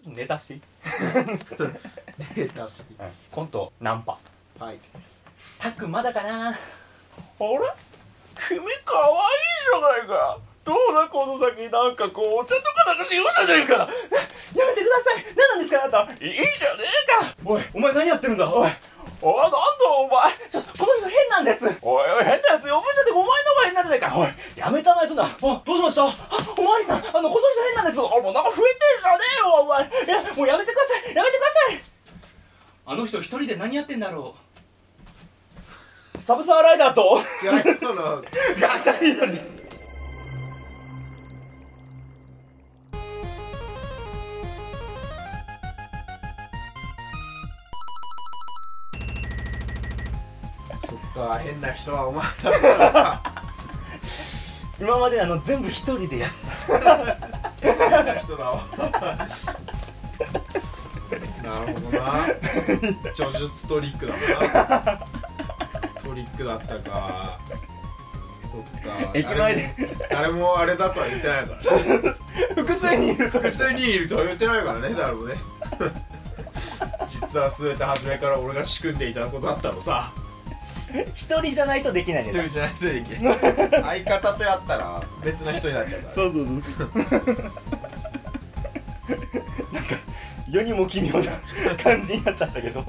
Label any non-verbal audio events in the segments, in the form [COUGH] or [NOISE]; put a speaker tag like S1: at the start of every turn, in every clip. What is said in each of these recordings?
S1: っとネタしていい
S2: 出して
S1: コントナンパ
S2: はい
S1: たくまだかなあれ君かわいいじゃないかどうだこの先なんかこうお茶とかなんかしようじゃないかやめてください何なんですかあなたいいじゃねえかおいお前何やってるんだおいおいなんだお前ちょっとこの人変なんですおいおい変なやつ呼ぶんじゃねえお前の方が変なんじゃないかおいやめたまえそんなあどうしましたあおまわりさんあのこの人変なんですあもうなんか増えてんじゃねえよお前いやもうやめてくださいやめてください
S3: あの人一人で何やってんだろ
S1: サブサーライダー [LAUGHS] と
S2: やっとの
S1: ガシャリより
S2: そっか変な人はお前
S1: 今まであの全部一人でやった
S2: 変な人だわなるほどな叙述トリックだなトリックだったかそっか
S1: 駅前で
S2: 誰もあれだとは言ってないからね
S1: 複数にいると
S2: 普通にいるとは言ってないからね誰もね実は全て初めから俺が仕組んでいたことだったのさ
S1: 一人じゃないとできない
S2: 一
S1: ね
S2: 人じゃないとできない相方とやったら別な人になっちゃうからね
S1: うそうそうそうなんか世にも奇妙な感じになっちゃったけど
S2: 呪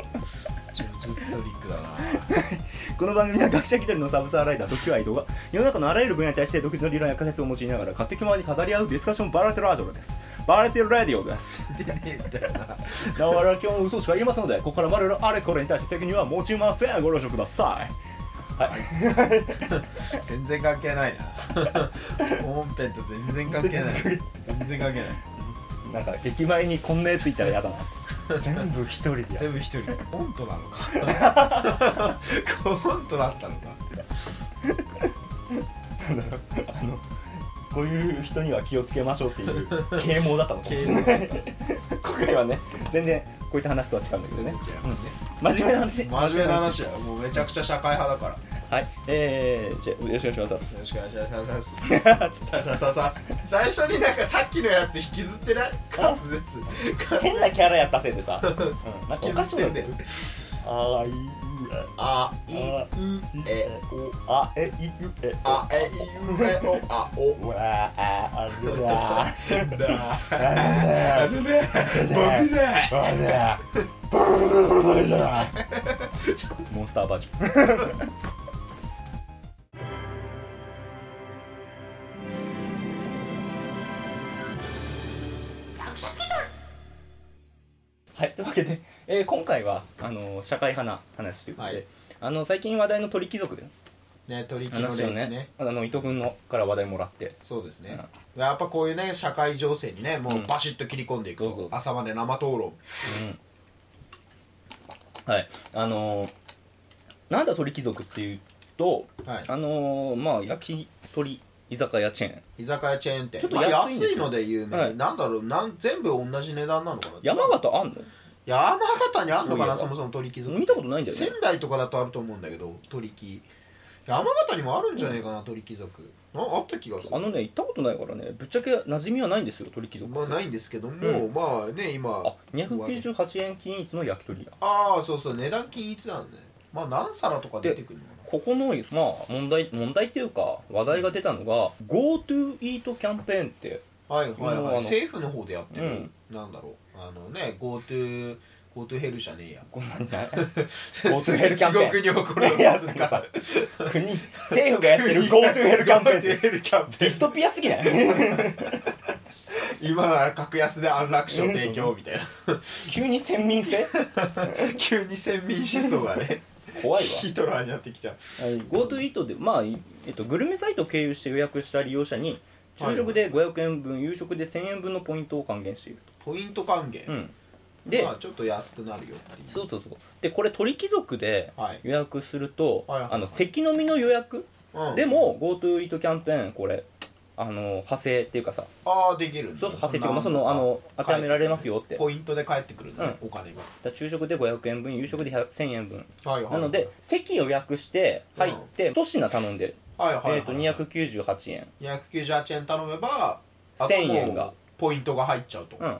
S2: 術トリックだな
S1: この番組は学者気取りのサブサーライダーと Q アイ動画世の中のあらゆる分野に対して独自の理論や仮説を用いながら勝手気ままに語り合うディスカッションバラエティラジオですバラエティラジオです
S2: 出ねえんだよな
S1: [LAUGHS] なお我々は基本嘘しか言いませんのでここから我々のあれこれに対して責任は持ちませんご了承くださいはい
S2: 全然関係 [LAUGHS] ないな本編と全然関係ない全然関係ない
S1: なんか駅前にこんなやついたら嫌だな全部一人でやる
S2: 全部一人コントなのかコントだったのか
S1: あのこういう人には気をつけましょうっていう啓蒙だったのかもしれない [LAUGHS] 今回はね全然こういった話とは違うんだけどね
S2: 全然違いますね
S1: 真面目な話
S2: 真面目な話はもうめちゃくちゃ社会派だから
S1: はいえー、じゃあよろしくお願いします [LAUGHS]
S2: よろしくお願いします。ささささ最初になんかさっきのやつ引きずってない滑舌。
S1: 変なキャラやったせい [LAUGHS] でさ、うん、なんかお
S2: 引
S1: かし
S2: きず
S1: い
S2: っ
S1: も
S2: て
S1: ん
S2: ん
S1: だ
S2: だ
S1: よ
S2: よ。
S1: あーいう
S2: あいうえお
S1: あえいうえ
S2: あえいうえおあお
S1: うわーあうわー
S2: だ。あのね僕だ。
S1: あれだモンスターバージョンはいというわけで、えー今回はあのー社会派な話ということで、
S2: はい
S1: あの最近話題の鳥貴族の
S2: ね取り木の
S1: 話をね
S2: 例ね。
S1: あの伊藤君のから話題もらって
S2: そうですね。やっぱこういうね社会情勢にねもうバシッと切り込んでいく
S1: そうそう。
S2: 朝まで生討論。
S1: はいあのーなんだ鳥貴族っていうと
S2: はい。
S1: あのー、まあ焼き鳥居酒屋チェーン
S2: 居酒屋チェーン店。
S1: ちょっと
S2: まあ
S1: 安いんですよ
S2: 安いので有
S1: は
S2: 名。
S1: い
S2: なんだろうなん全部同じ値段なのかな。
S1: 山形あんの
S2: 山形にあんのかな
S1: そういえば
S2: そもそも鳥貴族
S1: 見たことないんだよね
S2: 仙台とかだとあると思うんだけど鳥貴山形にもあるんじゃないかな、鳥貴族ああった気がする
S1: あのね行ったことないからねぶっちゃけ馴染みはないんですよ鳥貴族
S2: まあないんですけども、
S1: う
S2: まあね今
S1: あ298円均一の焼き鳥屋
S2: ああそうそう値段均一なのねまあ何皿とか出てくるのか
S1: ここのまあ問題問題っていうか話題が出たのが GoTo イートキャンペーンって
S2: なはいはい
S1: もうあ
S2: は
S1: の
S2: い政府の方でやってる、
S1: うん
S2: なんだろうあのね GoTo GoTo ヘルじゃねえや
S1: こんなん [LAUGHS] ない GoTo ヘルキャンペーン
S2: 地獄に怒られ
S1: いやなんかさ国政府がやってる GoTo ヘルキャンペーンって [LAUGHS]
S2: GoTo ヘルキャン
S1: デ
S2: ペ
S1: ィ
S2: ーン
S1: ストピアすぎない [LAUGHS]
S2: 今なら格安で安楽勝提供みたいな
S1: 急に先民性
S2: 急に先民思想がね
S1: 怖いわ
S2: ヒトラーになってきちゃう
S1: GoTo イートで、まあいえっと、グルメサイトを経由して予約した利用者に昼食で500円分、夕食で1000円分のポイントを還元している
S2: ポイント還元
S1: と、うん、で、
S2: まあ、ちょっと安くなるよっていう
S1: そうそうそうでこれ鳥貴族で
S2: はい、
S1: 予約すると、
S2: はいはいはい
S1: あの席飲みの予約、
S2: うん、
S1: でも GoTo イートキャンペーンこれあの派生っていうかさ
S2: ああできるんだ
S1: そうそう派生っていうか、まあ、そ
S2: んな
S1: のあの
S2: 帰
S1: 当
S2: って
S1: はめられますよってだか
S2: ポイントで返ってくるんだね、お金が
S1: ら昼食で500円分夕食で100 1000円分
S2: はいはい
S1: なので席予約して入って1品頼んで、
S2: はいはい、はい
S1: えっと298円
S2: 298円頼めばあともう
S1: 1000円が
S2: ポイントが入っちゃうと、
S1: うん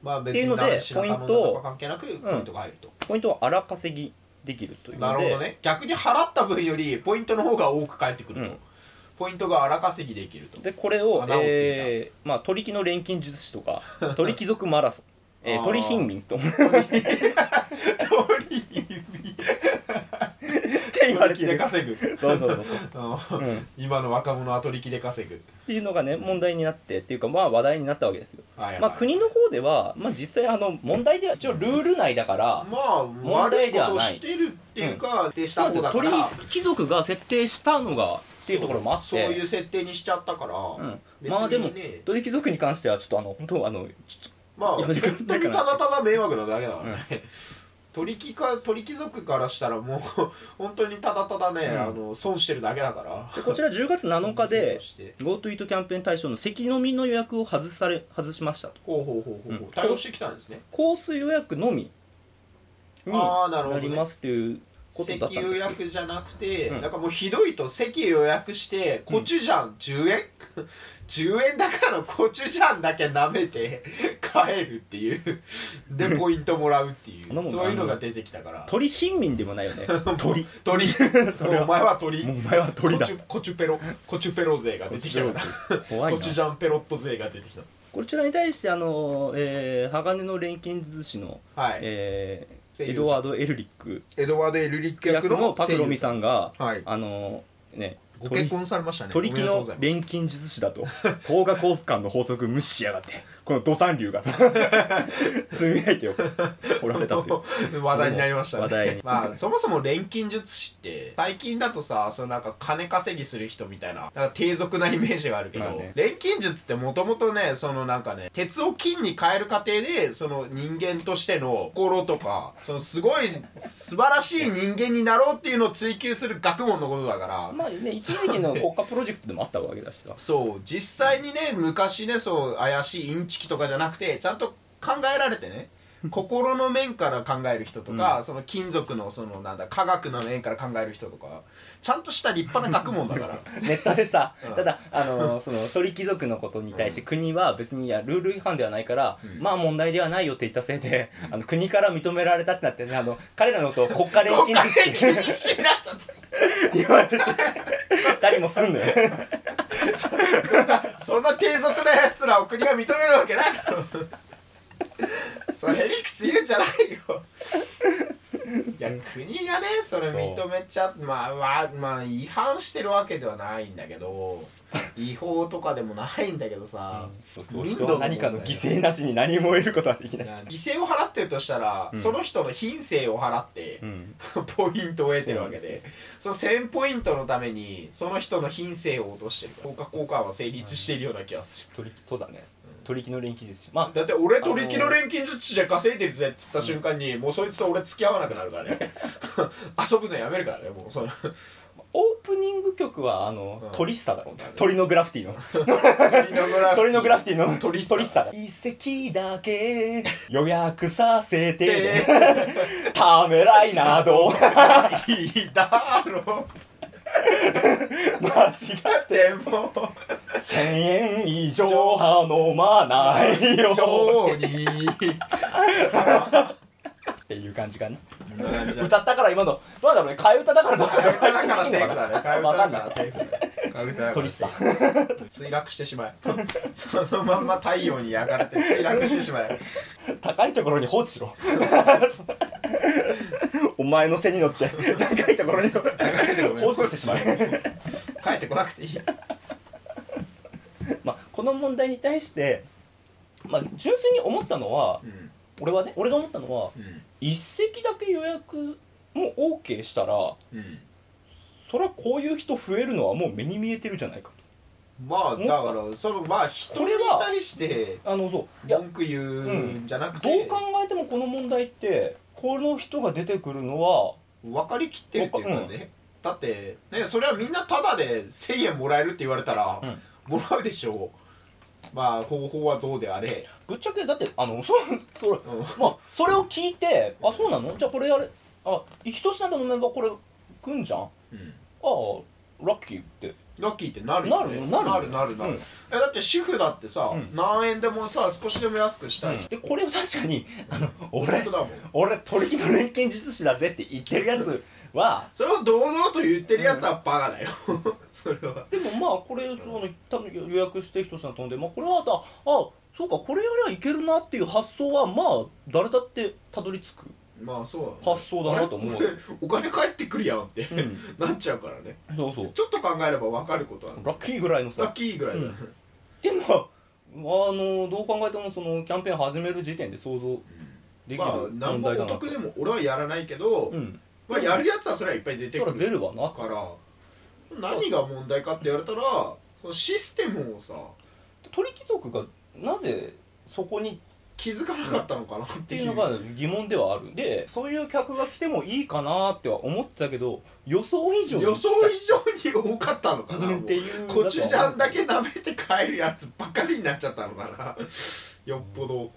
S2: まあ別
S1: っていう
S2: に
S1: ので
S2: 男子の
S1: ポイ
S2: 頭
S1: ント
S2: と
S1: を
S2: か関係なくポイントが入ると、
S1: ポイントは荒稼ぎできるというの
S2: な
S1: で
S2: るほどね逆に払った分よりポイントの方が多く返ってくると、
S1: うん
S2: ポイントが荒稼ぎできると
S1: でこれを
S2: 穴をついた
S1: えーまあ、鳥木の錬金術師と
S2: [LAUGHS]
S1: か鳥貴族マラソン、え
S2: あ
S1: ー、
S2: ー
S1: 鳥貧民とっ
S2: 鳥指
S1: て言われて
S2: 取り木 [LAUGHS] で
S1: る
S2: 稼ぐ
S1: そうそうそうそう
S2: うん
S1: うん
S2: 今の若者は取り木で稼ぐ
S1: っていうのがね問題になってっていうかまあ話題になったわけですよ、
S2: はいはい
S1: まあ、国の方では、まあ、実際あの問題では一応ルール内だから
S2: まあ
S1: 問
S2: 悪
S1: 題で
S2: いこ
S1: は
S2: とを
S1: ない
S2: してるっていうか、でした方だか
S1: 鳥
S2: ら
S1: 貴族が設定したのがっていうところもあって
S2: そういう設定にしちゃったから、
S1: うん
S2: 別にね
S1: まあでも鳥貴族に関してはちょっとあの本当あのちょ
S2: まあ
S1: や
S2: 本
S1: めてくれ
S2: 当にただただ迷惑なだけだからね、鳥貴か鳥貴族からしたらもう [LAUGHS] 本当にただただね、
S1: うん
S2: あの損してるだけだから
S1: でこちら10月7日で
S2: そうして
S1: GoTo イートキャンペーン対象の席飲みの予約を外され外しましたと
S2: ほうほうほうほうほう、
S1: うん
S2: 対応してきたんですね
S1: コース予約のみに
S2: あーなるほ
S1: な
S2: ど
S1: り
S2: ね
S1: ますということだったん
S2: 席
S1: です
S2: 予約じゃなくて、
S1: うん
S2: なんかもうひどいと席予約してコチュジャン10円、10円だからコチュジャンだけ舐めて帰るっていうでポイントもらうってい
S1: あんな
S2: う
S1: もん
S2: そういうのが出てきたから
S1: 鳥貧民でもないよね [LAUGHS] 鳥
S2: 鳥
S1: [LAUGHS] それは
S2: お前は鳥
S1: もうお前は鳥だ
S2: コチュコチュペロコチュペロ勢が出てきたから
S1: 怖い
S2: コ
S1: な
S2: チュジャンペロット勢が出てきた
S1: こちらに対してあの、えー鋼の錬金術師の、
S2: はい、
S1: えー
S2: 声優
S1: エ
S2: さん
S1: ドワード・エルリック
S2: エドワード・エルリック
S1: 役
S2: 役
S1: の
S2: の
S1: パクロミさんが、
S2: はい
S1: あのね
S2: ご結婚されましたね
S1: 鳥木
S2: おめでとう
S1: の
S2: ございます
S1: 錬金術師だ [LAUGHS] と東賀コース間の法則無視しやがってこの土産流がと [LAUGHS] つぶやいておられたという
S2: [LAUGHS] 話題になりましたね
S1: 話題に
S2: まあそもそも錬金術師って最近だとさそのなんか金稼ぎする人みたいななんか低俗なイメージがあるけど、
S1: まあね
S2: 錬金術ってもともとねそのなんかね鉄を金に変える過程でその人間としての心とかそのすごい素晴らしい人間になろうっていうのを追求する学問のことだから
S1: まあね一時期の国家プロジェクトでもあったわけだ [LAUGHS] しさ
S2: そう実際にね昔ねそう怪しいインチキとかじゃなくてちゃんと考えられてね心の面から考える人とか、その金属のそのなんだ科学の面から考える人とかちゃんとした立派な学問だから
S1: ネットでさ、
S2: うん
S1: ただあのその鳥貴族のことに対して国は別にいやルール違反ではないから、
S2: ん
S1: まあ問題ではないよって言ったせいで、あの国から認められたってなってねあの彼らのことを国家錬
S2: 国
S1: 金
S2: 家
S1: 術師 [LAUGHS]
S2: 錬金
S1: って
S2: 術師になっちゃった
S1: 言われてたりもすんのよ
S2: [LAUGHS] そんな低俗なやつらを国が認めるわけないだ
S1: [LAUGHS]
S2: ろそれ理屈言うんじゃないよいや国がねそれ認めちゃまあまあまあ違反してるわけではないんだけど違法とかでもないんだけどさ、民
S1: 人
S2: 度
S1: は
S2: 問題
S1: 何かの犠牲なしに何も得ることはできない、
S2: 犠牲を払ってるとしたら、
S1: ん
S2: その人の品性を払って、 [LAUGHS] ポイントを得てるわけでその1000ポイントのためにその人の品性を落としてるから効果交換は成立しているような気がする
S1: 鳥そうだね鳥貴の錬金術師まあ
S2: だって俺取り木の錬金術師で稼いでるぜっつった瞬間に、もうそいつと俺付き合わなくなるから [LAUGHS] ね遊ぶのやめるからねもうその
S1: オープニング曲はあの、
S2: うん
S1: 鳥しさだろうね鳥のグラフィティの
S2: 鳥のグラフ
S1: 鳥のグラフィティの
S2: 鳥
S1: 鳥
S2: し
S1: し
S2: さ
S1: さ遺跡だけ予約させて、
S2: え
S1: ためらいなど
S2: ーいいだろ
S1: 間違って
S2: でも
S1: 1000円以上は飲まないよ
S2: ように
S1: っていう感じかな
S2: 歌
S1: 歌ったから今のなんだろうね替え歌だからどう
S2: [LAUGHS] 替え歌だからセーフだね替え歌だ
S1: わかん
S2: か
S1: な
S2: ら
S1: い
S2: セーフだね替え歌だから
S1: 鳥し
S2: セ
S1: さ
S2: ーフ墜落してしまえ [LAUGHS] そのまんま太陽に焼かれて墜落してしまえ
S1: 高いところに放置し
S2: [LAUGHS]
S1: ろお前の背に乗って高いところに
S2: 流れてごめん
S1: 放置してしまえ
S2: [LAUGHS] 帰ってこなくていい
S1: まあこの問題に対して、まあ、純粋に思ったのは
S2: うん
S1: 俺はね俺が思ったのは
S2: うん
S1: 一席だけ予約も OK したら
S2: うん
S1: そりゃこういう人増えるのはもう目に見えてるじゃないか
S2: まあだからそのまあ人に対して
S1: とあのそういや
S2: 文句言うんじゃなく
S1: どう
S2: て、
S1: 考えてもこの問題ってこの人が出てくるのは
S2: 分かりきってるっていうかね、だってねそれはみんなタダで1,000円もらえるって言われたら、
S1: うん
S2: もらうでしょうまあ方法はどうであれ
S1: ぶっちゃけだってあの [LAUGHS] そうそれ
S2: うん
S1: まあそれを聞いて「あそうなのじゃあこれやれあ一品でもメンバーこれ来んじゃんああラッキー」って
S2: ラッキーってなる
S1: なるよなるよ
S2: なるなるなる、
S1: うん
S2: えだって主婦だってさ、
S1: うん
S2: 何円でもさ少しでも安くしたいじ
S1: でこれを確かにあの
S2: ゃん
S1: 俺
S2: 本当だもん
S1: 俺取引の錬金術師だぜって言ってるやつは
S2: それを堂々と言ってるやつはバカだよ [LAUGHS] それは
S1: でもまあこれその多分予約して一品飛んで、まあ、これはああそうかこれよりはいけるなっていう発想はまあ誰だってたどり着く
S2: まあそうだ、ね、
S1: 発想だなと思う
S2: あれ [LAUGHS] お金返ってくるやんって、
S1: うん
S2: [LAUGHS] なっちゃうからね
S1: そうそう
S2: ちょっと考えれば分かることは
S1: ラッキーぐらいのさ
S2: ラッキーぐらいだよ、
S1: うんっていうのはあのどう考えてもそのキャンペーン始める時点で想像できる
S2: まあ何
S1: 問
S2: も
S1: 題
S2: お
S1: だな
S2: 得でも俺はやらないけど、
S1: うん
S2: まあ、やるやつはそれはいっぱい出て
S1: だか
S2: く
S1: ら出
S2: る
S1: るわな
S2: から何が問題かって言われたらそのシステムをさ
S1: 鳥貴族がなぜそこに
S2: 気づかなかったのかなっ
S1: ってて
S2: い
S1: いううのが疑問ではあるでそういう客が来てもいいかなっては思ってたけど予想以上に
S2: 予想以上に多かったのかな
S1: っていう
S2: コチュジャンだけ舐めて帰るやつばっかりになっちゃったのかなよっぽど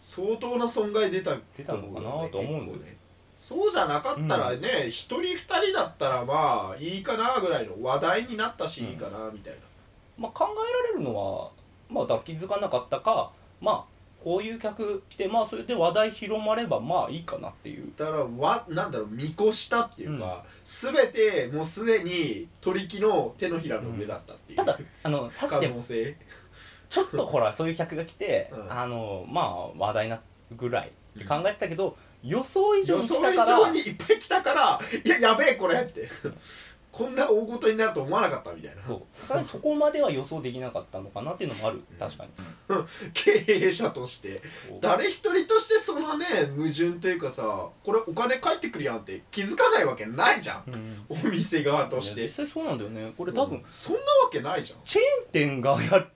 S2: 相当な損害出た
S1: 出たのかなと思うんだよね
S2: 結構そうじゃなかったらね一、人二人だったらまあいいかなぐらいの話題になったし、
S1: うん
S2: いいかなみたいな
S1: まあ、考えられるのはまあだから気づかなかったかまあこういう客来てまあそれで話題広まればまあいいかなっていう
S2: だからわなんだろう見越したっていうか、全てもうすでに取木の手のひらの上だったっていう、
S1: ただあのさ
S2: 可
S1: して
S2: 能性
S1: ちょっとほらそういう客が来て、
S2: うん
S1: あのまあ話題なぐらいって考えてたけど、予想以上
S2: 予
S1: に来
S2: 想
S1: た
S2: 以
S1: から
S2: 上にいっぱい来たからいややべえこれってこんな大ごとになると思わなかったみたいな
S1: そうさすがにそこまでは予想できなかったのかなっていうのもある確かに、
S2: 経営者として
S1: そう
S2: 誰一人としてそのね矛盾というかさこれお金返ってくるやんって気づかないわけないじゃん
S1: うん
S2: お店側とし
S1: いや
S2: て
S1: 実際そうなんだよねこれ多分、
S2: そんなわけないじゃん
S1: チェーン店がや [LAUGHS] る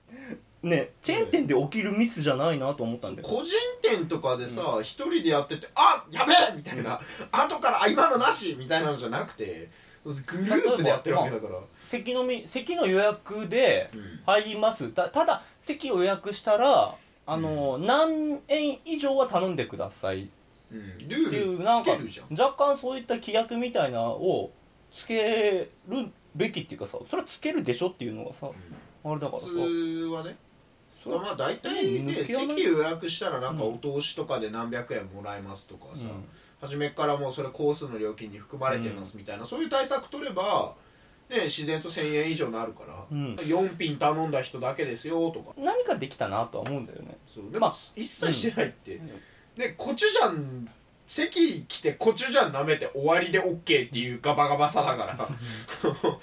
S1: ねチェーン店で起きるミスじゃないなと思ったんだよ
S2: 個人店とかでさ一、人でやってて「あやべえ!」みたいな「後からあ今のなし!」みたいなのじゃなくてグループでやってるわけだから、
S1: 席のみ席の予約で
S2: うん
S1: 入りますたただ席を予約したらあの、何円以上は頼んでくださいっ
S2: うん、ル
S1: てい
S2: ー
S1: う
S2: ル
S1: なん
S2: つ
S1: か
S2: けるじゃん
S1: 若干そういった規約みたいなのをつけるべきっていうかさそれはつけるでしょっていうのがさ、あれだからさ
S2: 普通はね
S1: それは
S2: まあ大体ね
S1: 抜け穴
S2: 席予約したらなんかお通しとかで何百円もらえますとかさ、
S1: うん
S2: 初めからもうそれコースの料金に含まれてますみたいな、そういう対策取れば、ね、自然と1,000円以上になるから、
S1: うん
S2: 4品頼んだ人だけですよとか
S1: 何かできたなとは思うんだよね
S2: そうでも、
S1: まあ
S2: 一切してないって、
S1: ん
S2: ねコチュジャン席来てコチュジャン舐めて終わりで OK っていうガバガバさだから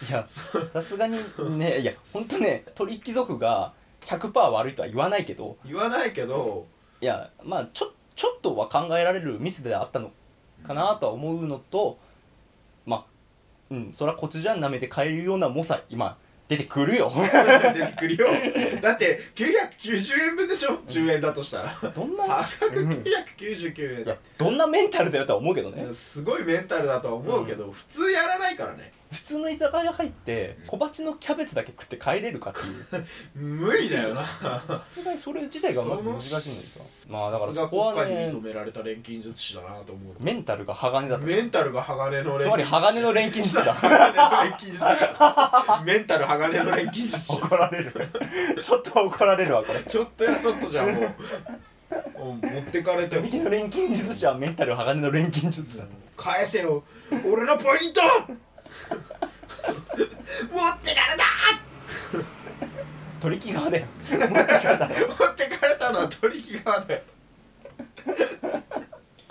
S1: いやさすがにねいや本当ね鳥貴族が100%悪いとは言わないけど
S2: [LAUGHS] 言わないけど、
S1: いやまあちょちょっとは考えられるミスであったのかなとは思うのとまあうんそらコチュジャン舐めて買えるような猛者今出てくるよ
S2: 出てくるよだって990円分でしょ10円だとしたら
S1: どんな
S2: 3999円
S1: い
S2: だ
S1: やどんなメンタルだよとは思うけどね
S2: すごいメンタルだとは思うけど、普通やらないからね
S1: 普通の居酒屋入って小鉢のキャベツだけ食って帰れるかっていう
S2: 無理だよな
S1: さすがにそれ自体がまず難しいんですよまあだ
S2: さ
S1: か
S2: す
S1: ら
S2: が
S1: そこ
S2: 国
S1: は
S2: 家に
S1: ね
S2: 認められた錬金術師だなと思う
S1: メンタルが鋼だった
S2: メンタルが鋼の錬金
S1: つ
S2: 術師
S1: まり鋼の錬金術だ
S2: 鋼の錬金術師だメンタル鋼の錬金術
S1: [LAUGHS]
S2: 師
S1: 怒られるちょっと怒られるわこれ
S2: ちょっとやそっとじゃんもうもう持ってかれても
S1: 右の錬金術師はメンタル鋼の錬金術師だ
S2: 返せよ俺のポイント持ってかれた
S1: 取り木側で
S2: 持ってかれたのは取引側だよ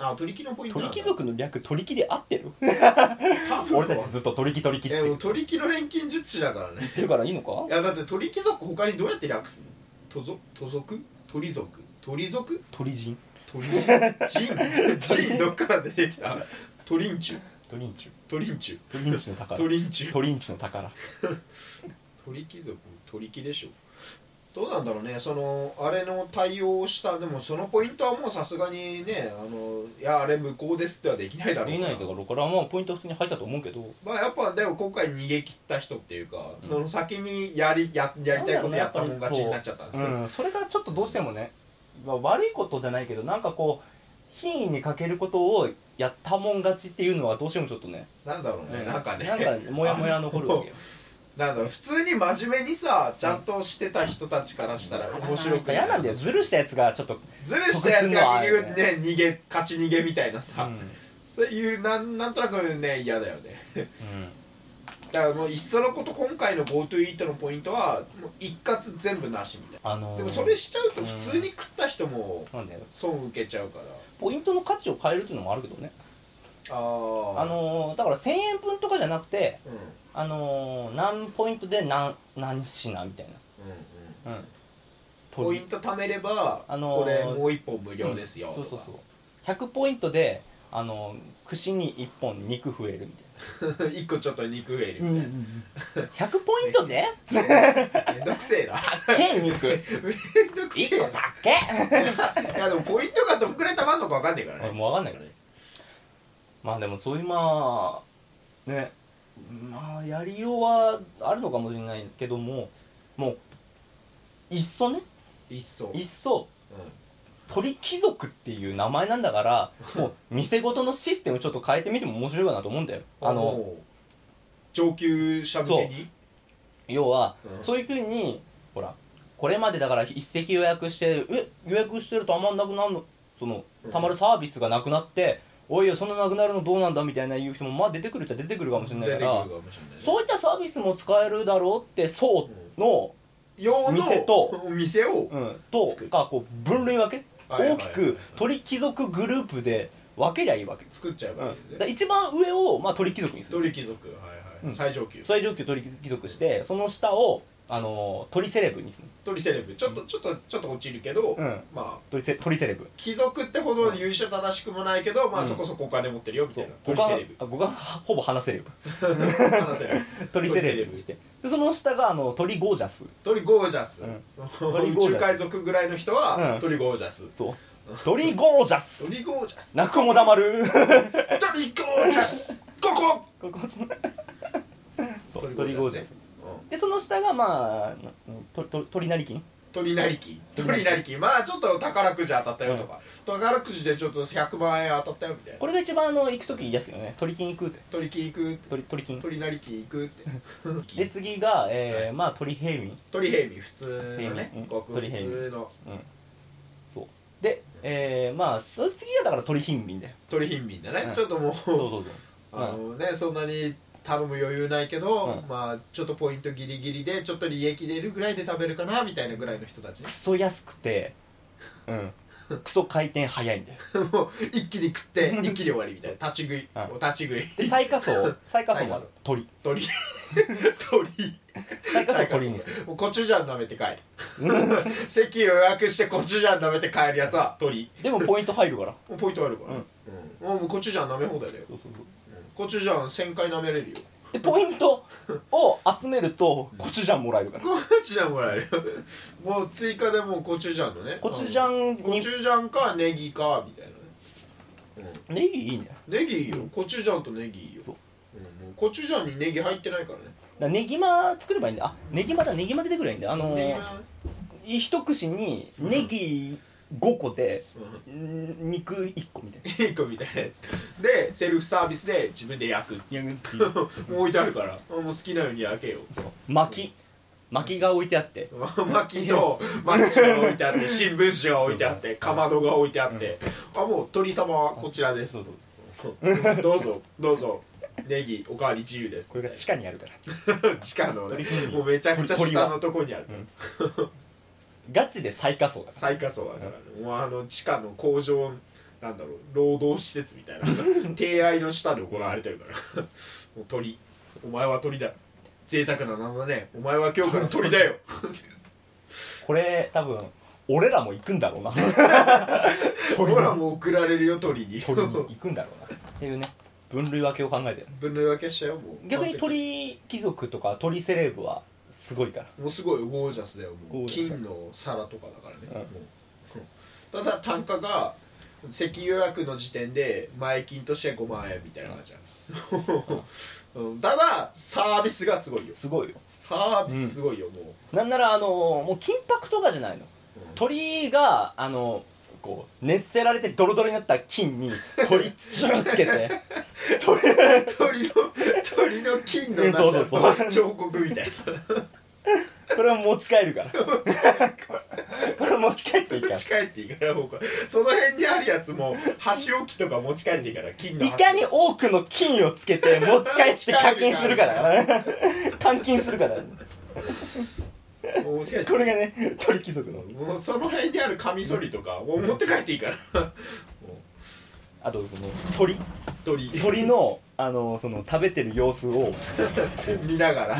S2: あ取引のポイントな
S1: 鳥貴
S2: んだ
S1: 族の略取り木で合ってる
S2: 多分
S1: 俺たちずっと取り木取り木っ
S2: い
S1: て
S2: や
S1: 言
S2: も
S1: っ
S2: う取引の錬金術師だからね
S1: てるからいいのか
S2: いやだって鳥貴族他にどうやって略すの都族都族鳥族
S1: [LAUGHS]
S2: 鳥族
S1: 鳥人
S2: 鳥人人人どっから出てきた鳥んちゅ
S1: 鳥んちゅ
S2: 鳥んちゅ
S1: 鳥んちゅの宝
S2: 鳥んちゅ
S1: 鳥んちゅの宝
S2: 鳥貴族鳥貴でしょどうなんだろうねそのあれの対応をしたでもそのポイントはもうさすがにねあのいやあれ無効ですってはできないだろう
S1: できないだからこれはまあポイント普通に入ったと思うけど
S2: まあやっぱでも今回逃げ切った人っていうか、その先にやりややりたいことやったもん勝ちになっちゃったんですよ、
S1: うんそれがちょっとどうしてもねまあ悪いことじゃないけどなんかこう品位に欠けることをやったもん勝ちっていうのはどうしてもちょっとね
S2: なんだろうね、なんかね
S1: なんかモヤモヤ残るわけよ
S2: [LAUGHS] なんだろう普通に真面目にさちゃんとしてた人たちからしたら面白く
S1: 嫌なんだよずるしたやつがちょっと、
S2: ずるしたやつが逃
S1: 得
S2: げ,、ね、逃げ勝ち逃げみたいな
S1: う
S2: さ、
S1: ん
S2: そういうなんなんとなくね嫌だよねだからもういっそのこと今回の GoTo イートのポイントはもう一括全部なしみたい
S1: あの
S2: な
S1: ー
S2: でもそれしちゃうと普通に食った人も
S1: なんだよ
S2: 損受けちゃうから
S1: ポイントの価値を変えるっていうのもあるけどね
S2: あー
S1: あのーだから1000円分とかじゃなくて
S2: うんうん
S1: あのー何ポイントで何何品みたい
S2: うん
S1: な、うん、
S2: ポイント貯めれば、
S1: あのー
S2: これもう一本無料ですよ、
S1: そう
S2: と
S1: そう
S2: か
S1: そう100ポイントであの串に1本肉増えるみ
S2: [LAUGHS] 一個ちょっと肉増える
S1: たい
S2: み
S1: な、100ポイント
S2: [LAUGHS]
S1: で
S2: たいな、めんどくせえ
S1: [LAUGHS]
S2: な
S1: 計肉
S2: めんどくせ
S1: 1
S2: え
S1: 個
S2: な
S1: だけ
S2: いやでもポイントがどんくらい貯まんのか分かんないから
S1: 俺
S2: ね
S1: もう分かんないからねまあでもそういうまあねまあやりようはあるのかもしれないけどももういっそね
S2: いっそ
S1: いっそ
S2: うん
S1: 鳥貴族っていう名前なんだからもう店ごとのシステムちょっと変えてみても面白いかなと思うんだよあの
S2: おー上級者向けに
S1: 要は、
S2: うん
S1: そういうふうにほらこれまでだから一席予約してえ予約してるとあんまなくなるのその
S2: うん
S1: たまるサービスがなくなって、おいよそんななくなるのどうなんだみたいな言う人もまあ出てくるっちゃ出てくるかもしれない
S2: 出
S1: か
S2: てくる
S1: ら
S2: かもしれないね
S1: そういったサービスも使えるだろうって層の、
S2: 用の
S1: 店と
S2: お店を
S1: うんと
S2: 作る
S1: かこう分類分け
S2: はいはいは
S1: 大
S2: い
S1: きく鳥貴族グループで分けりゃいいわけ
S2: 作っちゃえばいいん
S1: うん、だか
S2: で
S1: ら一番上を、まあ、鳥貴族にする
S2: 鳥貴族はいはい、
S1: うん
S2: 最上級
S1: 最上級鳥貴族してその下を、あのー鳥セレブにする、
S2: 鳥セレブちょっとちょっとちょっと落ちるけど、
S1: うん、
S2: まあ
S1: 鳥セ鳥セレブ
S2: 貴族ってほど優秀正しくもないけど、まあ
S1: うん
S2: そこそこお金持ってるよみた
S1: そう
S2: いな
S1: 五
S2: 鳥セ
S1: 感
S2: レブ
S1: あ五感はほぼ鼻セレブ [LAUGHS]
S2: 話せる
S1: 鳥セレブにしてでその下があの鳥ゴージャス
S2: 鳥ゴージャス、
S1: うん鳥
S2: 宇
S1: ゴージャス
S2: 宙海賊ぐらいの人は、
S1: うん
S2: 鳥ゴージャス
S1: そう鳥ゴージャス
S2: 鳥ゴージャス
S1: 泣くも黙る [LAUGHS]
S2: 鳥ゴージャスここ
S1: ここそう
S2: 鳥
S1: 鳥
S2: ゴ
S1: ゴ
S2: ー
S1: ー
S2: ジ
S1: ジ
S2: ャ
S1: ャ
S2: ス
S1: ス
S2: ね
S1: でその下がまあなとと鳥なりきん
S2: 鳥なりき鳥なりきまあちょっと宝くじ当たったよとか、宝くじでちょっと100万円当たったよみたいな
S1: これが一番あの行く時言いやすいよね鳥金行くって
S2: 鳥き行く
S1: 鳥鳥金
S2: 鳥なりき行くって
S1: で次が、えーまあ鳥平民
S2: [LAUGHS] 鳥平民普通のね
S1: 平民
S2: ごく普
S1: 鳥平民
S2: 通の
S1: うんそうでえー、まあその次がだから鳥貧民だよ
S2: 鳥貧民だね、
S1: うん
S2: ちょっとも
S1: そう
S2: う
S1: そうそう
S2: あのね、そんなに頼む余裕ないけど、
S1: うん
S2: まあちょっとポイントギリギリでちょっと利益出るぐらいで食べるかなみたいなぐらいの人たちね
S1: [LAUGHS] クソ安くてうんクソ回転早いんだよ
S2: もう一気に食
S1: [LAUGHS]
S2: って一気に終わりみたいな立ち食い、
S1: うん
S2: もう立ち食い
S1: [LAUGHS] で最下層最下層もあ
S2: 最下層
S1: る鳥
S2: 鳥鳥
S1: 最下層鳥にする
S2: もうコチュジャン舐めて帰る [LAUGHS] 席予約してコチュジャン舐めて帰るやつは鳥
S1: でもポイント入るから
S2: もうポイントあるから、ねうんもうコチュジャン舐め放題だよ
S1: そうそうそう
S2: コチュジャン1000回舐めれるよ [LAUGHS]
S1: でポイントを集めるとコチュジャンもらえるから
S2: コチュジャンもらえるよもう追加でもうコチュジャンのね
S1: コチュジャン
S2: コチ
S1: に
S2: ュジャンかネギかみたいなね
S1: ネギいいねだか
S2: ネギいいよコチュジャンとネギいいよ
S1: そうん
S2: もうコチュジャンにネギ入ってないからね
S1: らネギマ作ればいいんだあネギマだネギマ出てくればいいんだよあの
S2: ネギ
S1: ー
S2: が
S1: 一口にネギ5個で、
S2: うん
S1: ん肉1個みたいな
S2: 一個みたいなやつでセルフサービスで自分で焼く
S1: やぐっていう
S2: [LAUGHS] もう置いてあるからもう好きなように焼けよ
S1: 巻き巻きが置いてあって
S2: 薪とマッチが置いてあ
S1: [LAUGHS]
S2: って新聞紙が置いてあってかまどが置いてあってあもう鳥様はこちらです
S1: そうそう
S2: どうぞどうぞネギおかわり自由です
S1: これが地下にあるから
S2: 地下の
S1: 鳥
S2: ね
S1: 取
S2: もうめちゃくちゃ
S1: 鳥
S2: 下
S1: は
S2: のとこにある
S1: うんガチで最下層だから
S2: 最下層だからねもうあの地下の工場なんだろう労働施設みたいな
S1: [LAUGHS]
S2: 低愛の下で行われてるから [LAUGHS] もう鳥お前は鳥だ贅沢な名だねお前は今日から鳥だよ
S1: これ多分俺らも行くんだ [LAUGHS] ろうな鳥
S2: ほらもう送られるよ鳥に
S1: 鳥に行くんだろうなっていうね分類分けを考えてる
S2: 分類分けしちゃうよもう
S1: 逆に鳥貴族とか鳥セレブはすごいから
S2: もうすごいゴージャスだよもう
S1: ゴージャス
S2: 金の皿とかだからね、
S1: うん
S2: もううんただ単価が席予約の時点で前金として5万円みたいな感じなんですようん [LAUGHS] ただサービスがすごいよ
S1: すごいよ
S2: サービスすごいよ、も
S1: なんならあのもう金箔とかじゃないの
S2: うん
S1: 鳥があ [LAUGHS] のこう熱せられてドロドロになった金に鳥チューつけて鳥ね
S2: 鳥の鳥の金の
S1: うんそうそうそう
S2: なんか彫刻みたい
S1: これは持ち帰る [LAUGHS] からこれ持ち帰っていいか
S2: な持
S1: ら
S2: ち帰っていいから僕その辺にあるやつも箸置きとか持ち帰っていいから金の
S1: い
S2: 箸
S1: かに多くの金をつけて持ち帰って課金するかだからね換金するかだからね
S2: もう持ち帰って
S1: これがね鳥貴族の
S2: もうその辺にあるカミソリとかもう持って帰っていいからもう
S1: あとこの鳥
S2: [LAUGHS] 鳥
S1: 鳥のあのその食べてる様子を
S2: 見ながら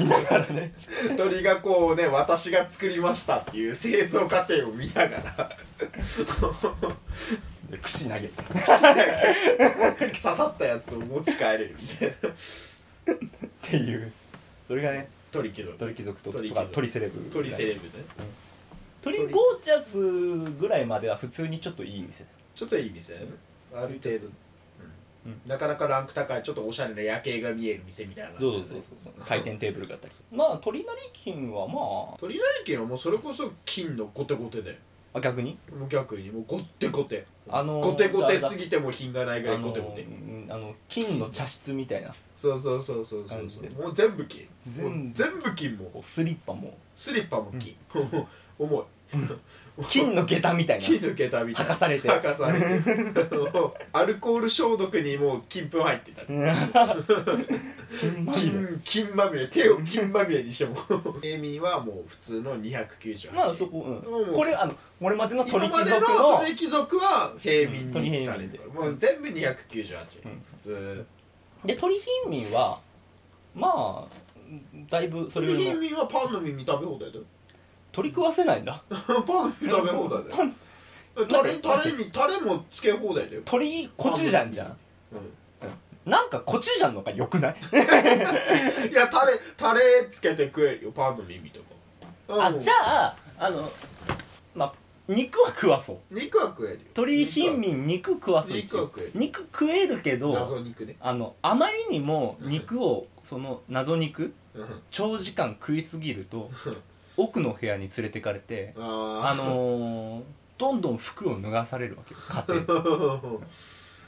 S2: [LAUGHS] 鳥がこうね私が作りましたっていう製造過程を見なが [LAUGHS] ら
S1: 串投げる
S2: 刺さったやつを持ち帰れるみたいな
S1: っていうそれがね
S2: 鳥けど
S1: 鳥貴族と
S2: 鳥貴
S1: と
S2: 族
S1: か鳥セレブ
S2: 鳥セレブね
S1: 鳥ゴージャスぐらいまでは普通にちょっといい店
S2: ちょっといい店ある程度、うんなかなかランク高いちょっとおしゃれな夜景が見える店みたいな感じだね
S1: そう回転テーブルがあったりするまあ鳥なり金はま
S2: 鳥成県はもうそれこそ金のゴテゴテで
S1: ああ逆に
S2: もう逆にもうゴテゴテ
S1: あのー
S2: ゴテゴテすぎても品がないぐらいゴテゴテ
S1: うんあの金の茶室みたいな
S2: そうそうそうそうそうそ
S1: 感じ
S2: うもう全部金
S1: 全部
S2: もう全部金も
S1: こうスリッパも
S2: スリッパも金、重い
S1: 金の下駄みたいな
S2: 金抜けたみたいな
S1: 吐かされて
S2: 吐かされてもうアルコール消毒にもう金粉入ってた
S1: 金まみれ
S2: 金金まみれ手を金まみれにしてもエミはもう普通の298円
S1: まあそこ、う、
S2: うんん
S1: これあのこれまでの鳥
S2: 今
S1: 貴
S2: まで
S1: 族
S2: の
S1: の
S2: 鳥貴族は平民
S1: うん
S2: にされてる、もう全部298
S1: う
S2: 円、
S1: ん
S2: 普通
S1: で鳥貧民はまあだいぶそれ
S2: 鳥
S1: よりも
S2: 貧民はパンの耳食べ放題
S1: [LAUGHS]
S2: だよ
S1: 鳥食わせないんだ
S2: パンの耳食べ放題だよタレタレにタレもつけ放題だよ、
S1: 鳥コチュジャンじゃん
S2: うん
S1: なんかコチュジャンの方が良くない
S2: いやタレタレつけて食えるよパンの耳とか
S1: あじゃああのまあ肉は食わそう
S2: 肉は食えるよ
S1: 鳥貧民肉食わそう
S2: 肉は食える
S1: 肉食えるけ
S2: 肉は
S1: ど
S2: 謎肉ね
S1: あのあまりにも肉をその謎肉
S2: うん
S1: 長時間食いすぎる
S2: [LAUGHS]
S1: と奥の部屋に連れてかれてあ
S2: あ
S1: のー、どんどん服を脱がされるわけよ家庭で
S2: [LAUGHS] [LAUGHS] あの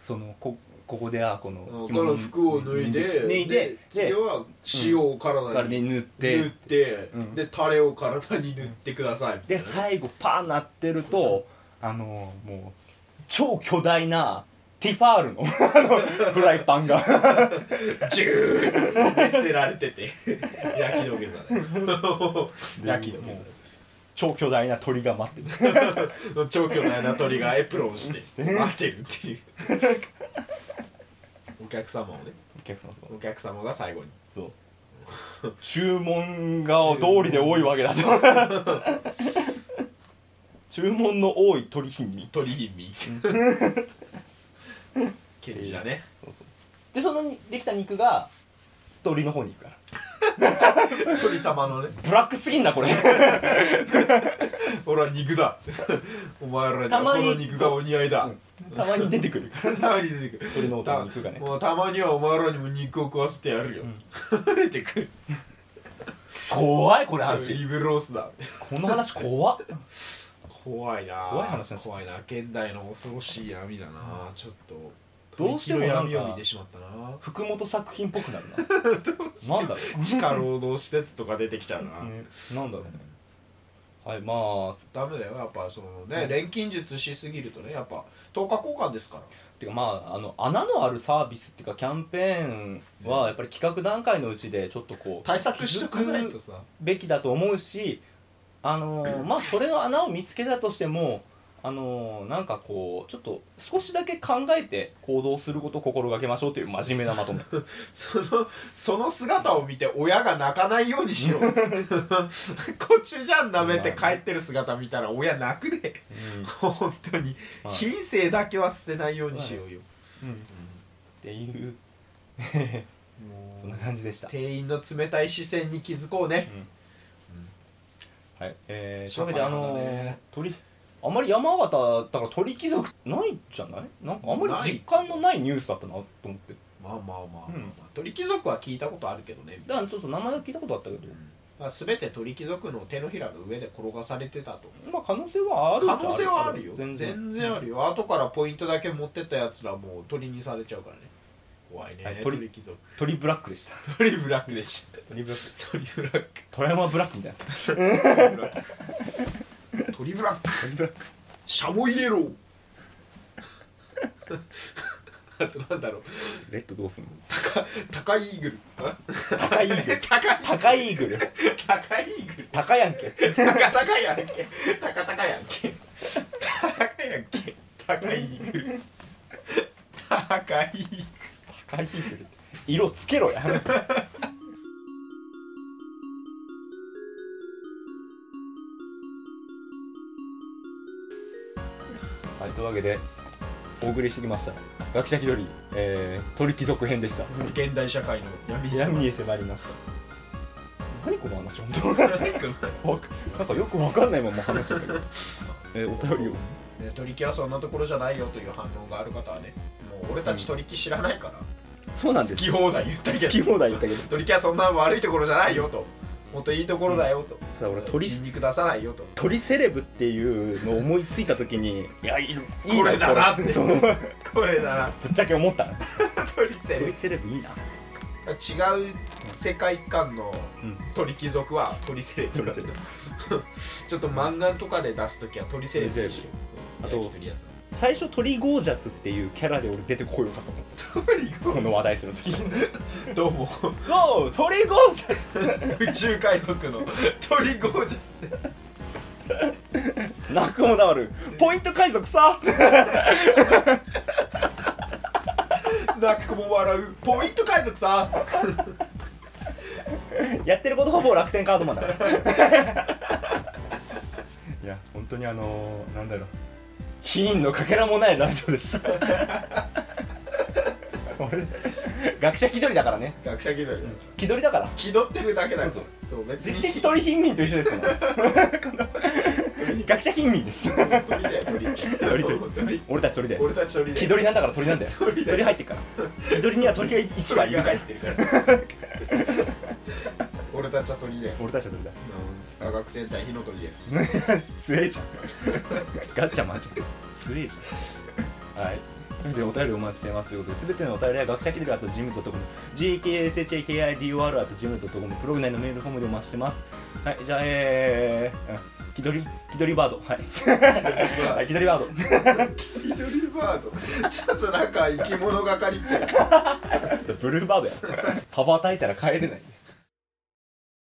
S1: そのこここであこの
S2: この服を脱いで
S1: 脱いで
S2: 次
S1: で
S2: は塩を体
S1: 体
S2: に
S1: に塗っ
S2: 塗ってて、
S1: うん
S2: でタレを体に塗ってくださいみたい
S1: で
S2: な
S1: 最後パーなってるとあのー、もう超巨大なティファールの [LAUGHS] あのフライパンが [LAUGHS]
S2: ジューッ見せられてて [LAUGHS] 焼き土下座で焼き土下
S1: 超巨大な鳥が待ってる
S2: 座の超巨大な鳥がエプロンして待ってるっていうお客様をね
S1: [LAUGHS] お客様そう
S2: お客様が最後に
S1: そう注文が通りで多いわけだ [LAUGHS] と注文の多い鳥品に
S2: 鳥貧民ケンジだね
S1: そうそうでそのできた肉が鳥の方に行くから
S2: 鳥様のね
S1: ブラックすぎんな [LAUGHS] これ
S2: 俺は肉だお前らに
S1: た
S2: は
S1: ま
S2: こ
S1: に
S2: の肉がお似合いだ、
S1: たまに出てくるから
S2: たまに出てくる
S1: 鳥の音
S2: た
S1: の肉がね
S2: もうたまにはお前らにも肉を食わせてやるよ、 [LAUGHS] 出てくる
S1: 怖いこれ
S2: リ
S1: 話
S2: ブロースだ
S1: この話怖っ
S2: 怖いな
S1: 怖い話になっちゃった
S2: 怖いな現代の恐ろしい闇だな、ちょっと
S1: どうしても
S2: 鳥貴
S1: なんか
S2: の闇を見てしまったな
S1: 福本作品っぽくな [LAUGHS] るななんだろ
S2: 地下労働施設とか出てきちゃうな、
S1: う、ね、なんだろうねはいまあ
S2: ダメだよやっぱそのね錬金術しすぎるとねやっぱ10日交換ですから
S1: てかまああの穴のあるサービスっていうかキャンペーンはやっぱり企画段階のうちでちょっとこう
S2: 対策しとかないとさ
S1: べきだと思うしあのーまあそれの穴を見つけたとしてもあのーなんかこうちょっと少しだけ考えて行動することを心がけましょうという真面目なまとめ
S2: そのその姿を見て親が泣かないように
S1: [LAUGHS]
S2: しようコチュジャン舐めて帰ってる姿見たら親泣くで本当に
S1: はい
S2: 品性だけは捨てないようにしようよ、
S1: うん、っていう
S2: もう
S1: そんな感じでした、
S2: 店員の冷たい視線に気づこうね、
S1: はいえー、と
S2: 社
S1: いうわ
S2: 会
S1: けであ
S2: 派
S1: の
S2: だ
S1: ー
S2: ね
S1: 鳥あまり山形だから鳥貴族ないんじゃないなんかあんまり
S2: ない
S1: 実感のないニュースだったなと思って
S2: まあまあまあまあ、
S1: うん
S2: 鳥貴族は聞いたことあるけどね
S1: だからちょっと名前は聞いたことあったけど
S2: まあ全て鳥貴族の手のひらの上で転がされてたと
S1: まあ可能性はあるっちゃ
S2: 可能性はあるよ
S1: 全
S2: 全
S1: 然
S2: 然あるよ後からポイントだけ持ってったやつらもう鳥にされちゃうからね怖いね、
S1: はい鳥
S2: 鳥貴族
S1: 鳥ブラックで
S2: [LAUGHS]
S1: した
S2: 鳥ブラックでした
S1: 鳥ブラック
S2: 鳥ブラック
S1: 富山ブラックみたいな
S2: 鳥ブラック
S1: 鳥ブラック
S2: シャモイエロー [LAUGHS] あとなんだろう
S1: レッドどうすんの
S2: 高いイーグルあ
S1: 高いイーグル
S2: [LAUGHS] 高い
S1: 高いイーグル
S2: 高いイーグル
S1: 高やんけ
S2: 高高やんけ高高やんけ高やんけ高いイーグル高いイーグル
S1: 高いイーグル色つけろやはいというわけでお送りしてきました学者気取り、えー、鳥貴族編でした
S2: 現代社会の闇さ
S1: 闇に迫りました何この話本当わかなんかよくわかんないまま話してるけど、 [LAUGHS] えー、お便りを
S2: ね、取り木はそんなところじゃないよという反応がある方はねもう俺たち取り木知らないから、
S1: そうなんで
S2: 好
S1: す
S2: き放題言ったけ
S1: 好き
S2: ど
S1: 放題言ったけど
S2: 取り木はそんな悪いところじゃないよともっといいところだよと、
S1: ただ俺鳥
S2: 人肉出さないよと
S1: 鳥セレブっていうのを思いついた時にいやいいいい
S2: これだなって
S1: そのぶっ
S2: これだな
S1: ちゃけ思ったの
S2: 鳥セレ
S1: 鳥セレブいいな
S2: ブ違う世界観の
S1: うん
S2: 鳥貴族は鳥セレブなんだ
S1: 鳥セレ
S2: ちょっと漫画とかで出す時は鳥セレブにし
S1: 鳥セ
S2: よう
S1: レブ
S2: 焼き鳥屋さん
S1: 最初鳥ゴージャスっていうキャラで俺出てこようかと思ったこの話題する時
S2: どうも
S1: ゴー鳥ゴージャス
S2: 宇宙海賊の鳥ゴージャスです
S1: 泣くも黙るポイント海賊さ
S2: 泣くも笑うポイント海賊さ
S1: やってることほぼ楽天カードマンだ [LAUGHS] いや本当にあのー、なんだろう品のかけらもないラジオでした [LAUGHS] 俺学者気取りだからね
S2: 学者気取り
S1: 気取りだから
S2: 気取ってるだけだよ
S1: そう
S2: そう別に
S1: 実質鳥貧民と一緒ですもん [LAUGHS] 学者貧民です
S2: 鳥だよ鳥
S1: 鳥鳥
S2: 鳥
S1: 俺たち鳥で
S2: 俺たち鳥で
S1: 気取りなんだから鳥なんだよ
S2: 鳥だ
S1: 鳥
S2: よ
S1: 入ってっから気取りには鳥が一羽い
S2: 鳥
S1: る
S2: が
S1: か
S2: 入っ
S1: ら
S2: てるから俺たちは鳥だよ
S1: 俺たちは鳥だ [LAUGHS]
S2: 科学戦隊火の鳥だよ
S1: 強えじゃんガッチャマンじゃん強えじゃんはいということでお便りお待ちしてますということで全てのお便りは学者キルガーとジムドットコム GKSHAKIDOR あとジムドットコムプログ内のメールフォームでお待ちしてますはいじゃあえーうん、気取り気取りバード
S2: [LAUGHS]
S1: はい、 [LAUGHS] はい、気取りバード
S2: 緑バードちょっとなんか生き物がかりっぽい
S1: [LAUGHS] ブルーバードや羽ばたいたら帰れない